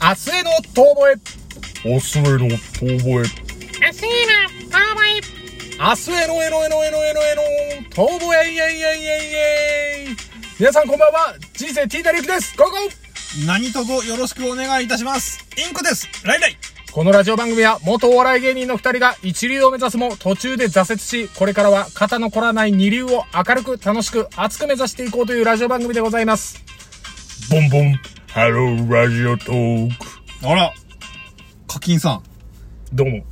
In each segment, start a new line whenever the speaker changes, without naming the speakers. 明日への遠吠
明日への遠吠え。
明日への遠吠え
え明日へのへのへのへのへのへの遠吠えイエイエイエイエイ皆さんこんばんは人生 T なりゆきですゴーゴー
何卒よろしくお願いいたします。インコです。ライライ。
このラジオ番組は元お笑い芸人の二人が一流を目指すも途中で挫折し、これからは肩の凝らない二流を明るく楽しく熱く目指していこうというラジオ番組でございます。
ボンボン。ハローラジオトーク。
あら。課金さん。
どうも。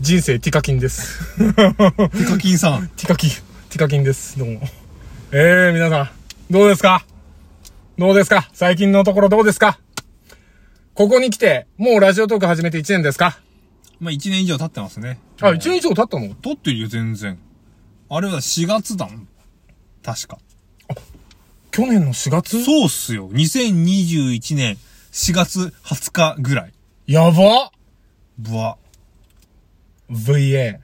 人生ティカキンです。
テカキンさん。
ティカキン、ティカキンです。どうも。えー、皆さん、どうですかどうですか最近のところどうですかここに来て、もうラジオトーク始めて1年ですか
まあ、1年以上経ってますね。
あ、1年以上経ったの
撮ってるよ、全然。あれは4月だもん。確か。
去年の4月
そうっすよ。2021年4月20日ぐらい。
やば
ぶわ。
!VA。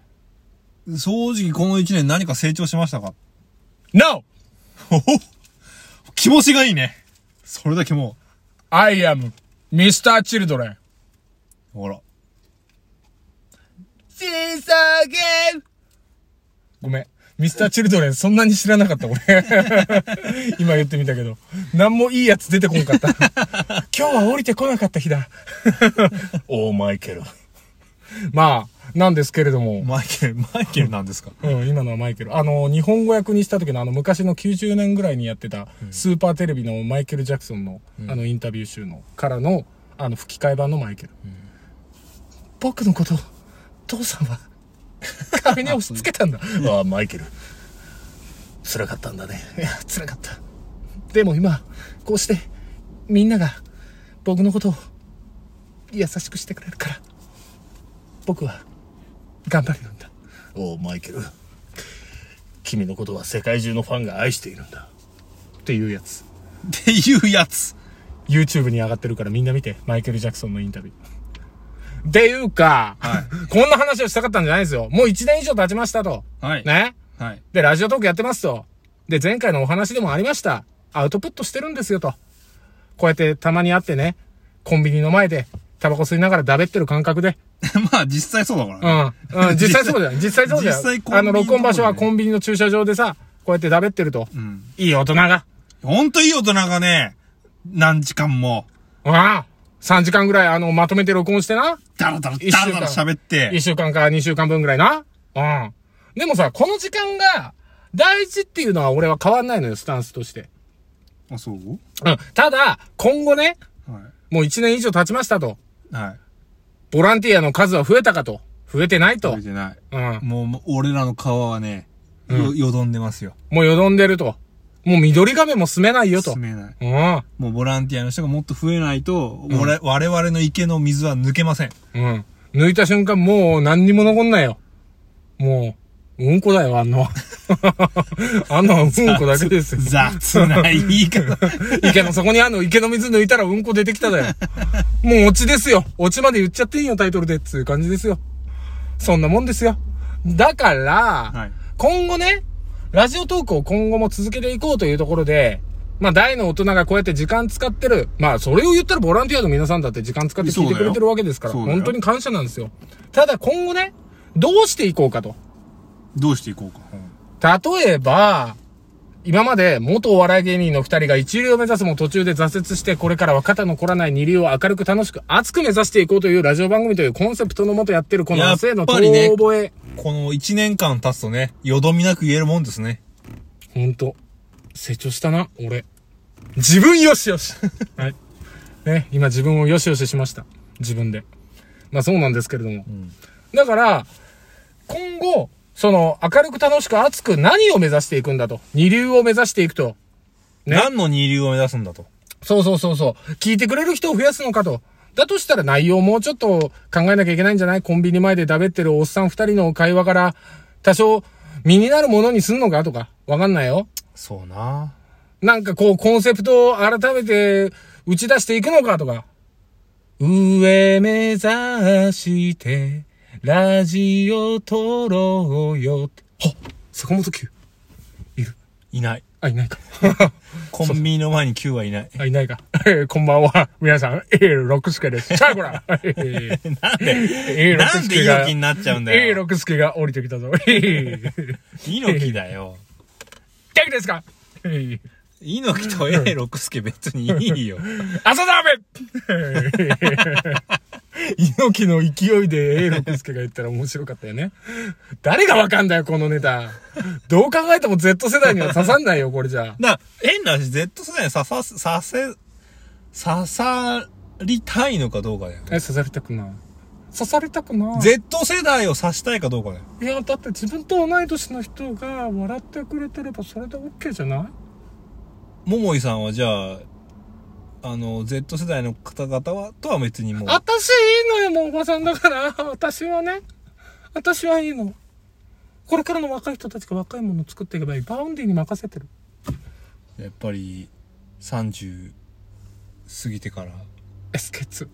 正直この1年何か成長しましたか
No!
気持ちがいいね。それだけも
I am Mr. Children.
う、ほら。
ごめん。Mr. Children そんなに知らなかった俺。 今言ってみたけど。なんもいいやつ出てこなかった。今日は降りてこなかった日だ。
オーマイケル。
まあ、なんですけれども。
マイケル、マイケルなんですか
うん、今のはマイケル。あの、日本語訳にした時のあの昔の90年ぐらいにやってた、スーパーテレビのマイケル・ジャクソンの、あのインタビュー集の、からの、あの吹き替え版のマイケル。僕のこと、父 さんは、壁に押し付けたんだ。
ああ、マイケル。辛かったんだね。
いや、辛かった。でも今、こうして、みんなが、僕のことを、優しくしてくれるから、僕は、頑張るようにだ。
おう、マイケル。君のことは世界中のファンが愛しているんだ。
っていうやつ。
っていうやつ。
YouTube に上がってるからみんな見て、マイケル・ジャクソンのインタビュー。っていうか、こんな話をしたかったんじゃないですよ。もう1年以上経ちましたと。
はい
ね。
はい。
で、ラジオトークやってますと。で、前回のお話でもありました。アウトプットしてるんですよと。こうやってたまに会ってね、コンビニの前で、タバコ吸いながらだべってる感覚で。
まあ、実際そうだから
う
ね。
ん。 うん、実際そうだよ。実際そうだよ。
実際コンビニのところでね
あの、録音場所はコンビニの駐車場でさ、こうやってだべってると。
ん
いい大人が。
ほんといい大人がね、何時間も、
ああ。3時間ぐらい、あの、まとめて録音してな。
だらだら、
一週
だ
間
らだら喋って
一、週間か二週間分ぐらいな。うん。でもさ、この時間が大事っていうのは俺は変わんないのよ、スタンスとして。
あ、そう
うん。ただ、今後ね、
は
もう一年以上経ちましたと。
い。はい。
ボランティアの数は増えたかと。増えてないと
食べ。てない。
うん。
もうもう、俺らの皮はね、よ、よどんでますよ。
もうよどんでると。もう緑亀も住めないよと。
進めない。
うん。
もうボランティアの人がもっと増えないと、俺我々の池の水は抜けません。
うん。抜いた瞬間もう何にも残んないよ。もう、うんこだよ、あんの。あんのはうんこだけですよ。
雑な言 い方。
池の底にあんの池の水抜いたらうんこ出てきただよ。もうオチですよ。オチまで言っちゃっていいよタイトルでっつう感じですよ。そんなもんですよ。だから、
はい
今後ね、ラジオトークを今後も続けていこうというところで、まあ大の大人がこうやって時間使ってる。まあそれを言ったらボランティアの皆さんだって時間使って聞いてくれてるわけですから、
そうだよ
本当に感謝なんですよ。ただ今後ね、どうしていこうかと。
どうしていこうか。
例えば、今まで元お笑い芸人の二人が一流を目指すも途中で挫折して、これからは肩の凝らない二流を明るく楽しく熱く目指していこうというラジオ番組というコンセプトのもとやってるこの
やっ
汗の
ぱりね
遠吠え。
この1年間経つとね、よどみなく言えるもんですね。
ほんと、成長したな、俺。自分よしよ しはい。ね、今自分をよしよししました。自分で。まあそうなんですけれども。だから、今後、その、明るく楽しく熱く何を目指していくんだと。二流を目指していくと。ね
何の二流を目指すんだと。
そうそうそうそう。聞いてくれる人を増やすのかと。だとしたら内容もうちょっと考えなきゃいけないんじゃないコンビニ前でだべってるおっさん二人の会話から多少身になるものにすんのかとか。わかんないよ。
そうな
なんかこうコンセプトを改めて打ち出していくのかとか。上目指してラジオ撮ろうよって。あ坂本九。
いない。
あ、あ、いないか。
コンビニの前に9はい ない。
あ、いないか。えーこんばんは。皆さん、A6 助です。チャコラ
なんで、
えー
なんで猪木になっちゃうんだよ。
A6 助が降りてきたぞ。 えー
猪木だよ。
元気ですか えー
猪木と A 六助別にいいよ。
朝ダメ 猪木の勢いで A6 助が言ったら面白かったよね。誰がわかんだよ、このネタ。どう考えても Z 世代には刺さんないよ、これじゃ。
な、変な話、Z 世代に刺さ、刺せ、刺さりたいのかどうかだよ。
え、刺されたくない。刺されたくない。
Z 世代を刺したいかどうかだよ。
いや、だって自分と同い年の人が笑ってくれてればそれで OK じゃない
桃井さんはじゃあ、あの、Z 世代の方々は、とは別にもう。
私いいのよ、もうおばさんだから。私はね。私はいいの。これからの若い人たちが若いものを作っていけばいい。バウンディに任せてる。
やっぱり、30過ぎてから。
エスケツ。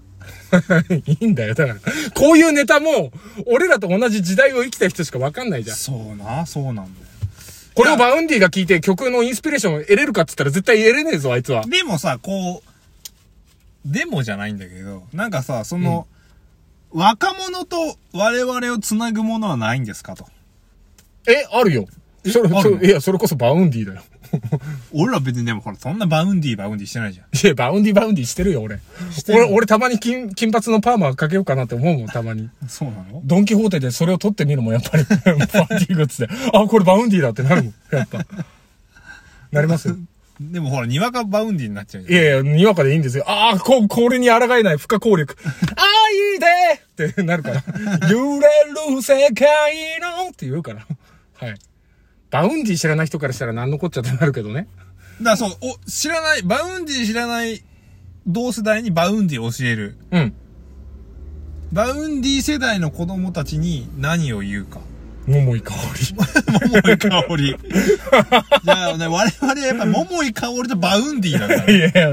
いいんだよ。だから、こういうネタも、俺らと同じ時代を生きた人しかわかんないじゃん。
そうな、そうなんだよ。
これをバウンディが聞いて曲のインスピレーションを得れるかっつったら絶対得れねえぞ、あいつは。
でもさ、こう、でもじゃないんだけど、なんかさ、その、若者と我々をつなぐものはないんですかと。
え、あるよ。それ、
あるの
そいや、それこそバウンディだよ。
俺ら別にでもほら、そんなバウンディーバウンディーしてないじゃん。
いや、バウンディバウンディしてるよ、俺。
る
俺、俺たまに金、金髪のパーマかけようかなって思うもん、たまに。
そうなの
ドンキホーテでそれを取ってみるもん、やっぱり。 パーティーグッズで。あ、これバウンディだってなるもん、やっぱ。なり ますよ。
でもほら、にわかバウンディーになっちゃうじ
いやいや、にわかでいいんですよ。ああ、こ、これに抗えない不可抗力。ああ、いいでってなるから。揺れる世界のって言うから。はい。バウンディ知らない人からしたら何のこっちゃってなるけどね。
ゃん。だからそう、お、知らない、バウンディー知らない同世代にバウンディーを教える。
うん。
バウンディー世代の子供たちに何を言うか。
桃井かおり。
桃井香 り。じゃあね、我々やっぱ桃井香りとバウンディーだから。
いやいや、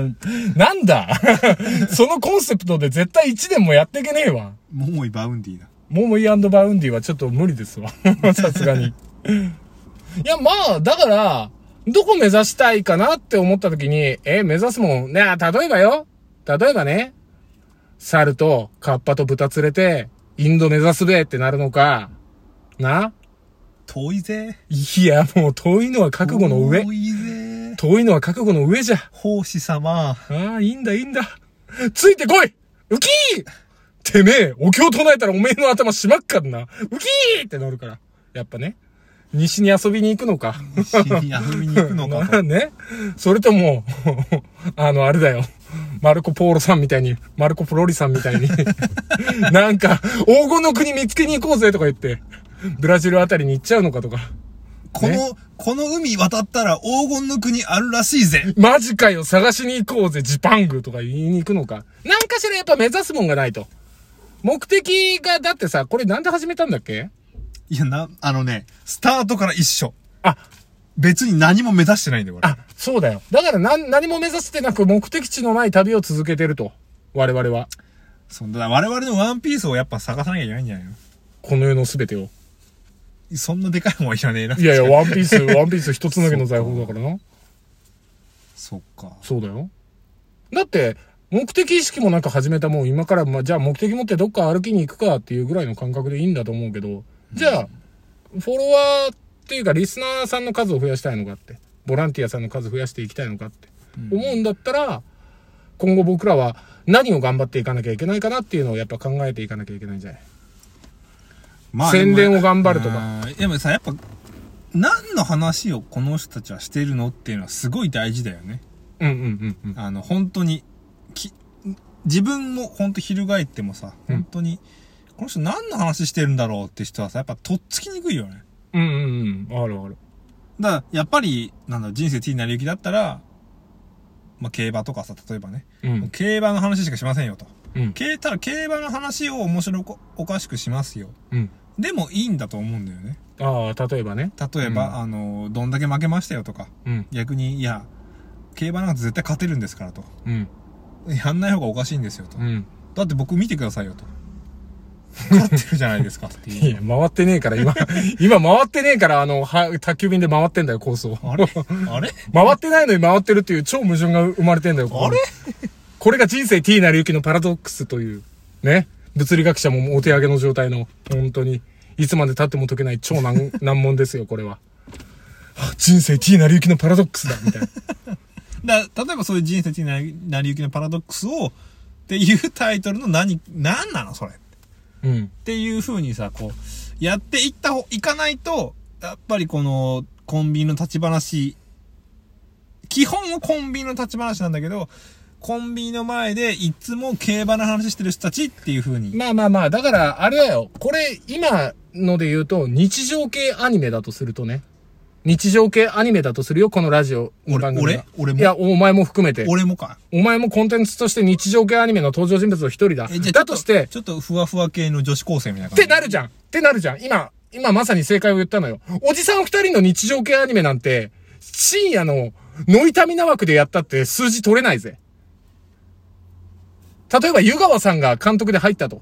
なんだ そのコンセプトで絶対1年もやっていけねえわ。
桃井バウンディーだ。
モモイバウンディはちょっと無理ですわ。 さすがに。いや、まあ、だから、どこ目指したいかなって思った時に、え、目指すもん、ね、例えばよ。例えばね、猿とカッパと豚連れて、インド目指すべってなるのか、な
遠いぜ。
いや、もう遠いのは覚悟の上
遠。いぜ。
遠いのは覚悟の上じゃ。
奉仕様。
ああ、いいんだ、いいんだ。ついてこいウキーてめえ、お経唱えたらおめえの頭しまっかんな。ウキーってなるから。やっぱね。西に遊びに行くのか。。
一緒に遊びに行くのかと
ね。それとも、 あの、あれだよ。マルコ・ポーロさんみたいに、マルコ・ポロリさんみたいに。 なんか、黄金の国見つけに行こうぜとか言って、ブラジルあたりに行っちゃうのかとか。
この、この海渡ったら黄金の国あるらしいぜ。
マジかよ、探しに行こうぜ、ジパングとか言いに行くのか。なんかしらやっぱ目指すもんがないと。目的が、だってさ、これなんで始めたんだっけ
いや、な、あのね、スタートから一緒。
あ、
別に何も目指してないんだよ、俺
あ。、そうだよ。だからなん、何も目指してなく目的地のない旅を続けてると。我々は。
そんな、我々のワンピースをやっぱ探さなきゃいけないんじゃないの
この世の全てを。
そんなでかいもんはいらねえな。
いやい や、ワンピース、ワンピース一つだけの財宝だからな。
そっか。
そうだよ。だって、目的意識もなんか始めたもん、今から、まあ、じゃあ目的持ってどっか歩きに行くかっていうぐらいの感覚でいいんだと思うけど、じゃあ、フォロワーっていうか、リスナーさんの数を増やしたいのかって、ボランティアさんの数増やしていきたいのかって、思うんだったら、今後僕らは何を頑張っていかなきゃいけないかなっていうのをやっぱ考えていかなきゃいけないんじゃない
ま
宣伝を頑張るとか。
でもうんでもさ、やっぱ、何の話をこの人たちはしてるのっていうのはすごい大事だよね。
うんうんうんうん。
あの、本当に、き、自分も本当翻ってもさ、
うん
本当に、この人何の話してるんだろうって人はさ、やっぱとっつきにくいよね。
うんうんうん。あるある。
だから、やっぱり、なんだろう、人生 T なりゆきだったら、まあ、競馬とかさ、例えばね、
うん。
競馬の話しかしませんよと。
うん。
競、ただ競馬の話を面白くおかしくしますよ。
うん。
でもいいんだと思うんだよね。
ああ、例えばね。
例えば、あの、どんだけ負けましたよとか、
うん。
逆に、いや、競馬なんか絶対勝てるんですからと。
うん。
やんない方がおかしいんですよと。
うん。
だって僕見てくださいよと。勝ってるじゃないですかって
い
いう。
や、回ってねえから、今、 今回ってねえから、あの、は、宅急便で回ってんだよ、構想。
あれあれ
回ってないのに回ってるっていう超矛盾が生まれてんだよ、あれこれが人生 T なりゆきのパラドックスという、ね。物理学者もお手上げの状態の、本当に、いつまで経っても解けない超難、 難問ですよ、これは。あ人生 T なりゆきのパラドックスだ、みたいな。
だ例えばそういう人生的な成り行きのパラドックスを、っていうタイトルの何、何なのそれ。っ
うん。
ていう風にさ、こう、やっていった方、いかないと、やっぱりこの、コンビニの立ち話、基本はコンビニの立ち話なんだけど、コンビニの前でいつも競馬の話してる人たちっていう風に。
まあまあまあ、だから、あれだよ。これ、今ので言うと、日常系アニメだとするとね。日常系アニメだとするよ、このラジオの
俺
番組が。
俺俺も
いや、お前も含めて。
俺もか。
お前もコンテンツとして日常系アニメの登場人物の一人だ。
えじゃあ
だとして、っ
ちょっとふわふわ系の女子高生みたいな感じ。
てなるじゃんってなるじゃん今、今まさに正解を言ったのよ。おじさん二人の日常系アニメなんて、深夜のノイタミナ枠でやったって数字取れないぜ。例えば湯川さんが監督で入ったと。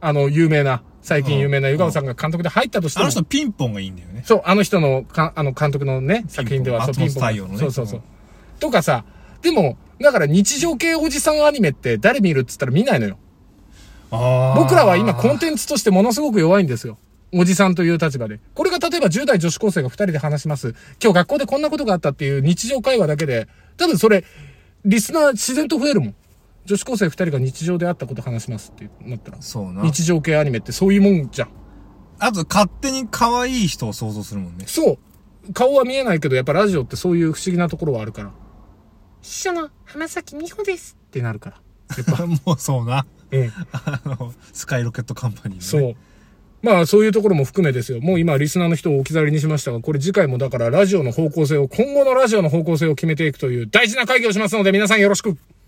あの、有名な、最近有名な湯川さんが監督で入ったとして
あ
も。
の人ピンポンがいいんだよね。
そう、あの人のか、あの、監督のね、作品では、そう、
松本太陽のね
そうそうそう。とかさ、でも、だから日常系おじさんアニメって誰見るっつったら見ないのよ。僕
僕
らは今コンテンツとしてものすごく弱いんですよ。おじさんという立場で。これが例えば10代女子高生が2人で話します。今日学校でこんなことがあったっていう日常会話だけで、多分それ、リスナー自然と増えるもん。女子高生2人が日常であったこと話しますってなったら。
そうな。
日常系アニメってそういうもんじゃん。
あと、勝手に可愛い人を想像するもんね。
そう。顔は見えないけど、やっぱラジオってそういう不思議なところはあるから。っ
秘書の浜崎美穂です。
てなるから。やっ ぱ。
もうそうな。
うん。
あの、スカイロケットカンパニー、ね。
そう。まあ、そういうところも含めですよ。もう今、リスナーの人を置き去りにしましたが、これ次回もだから、ラジオの方向性を、今後のラジオの方向性を決めていくという大事な会議をしますので、皆さんよろしく。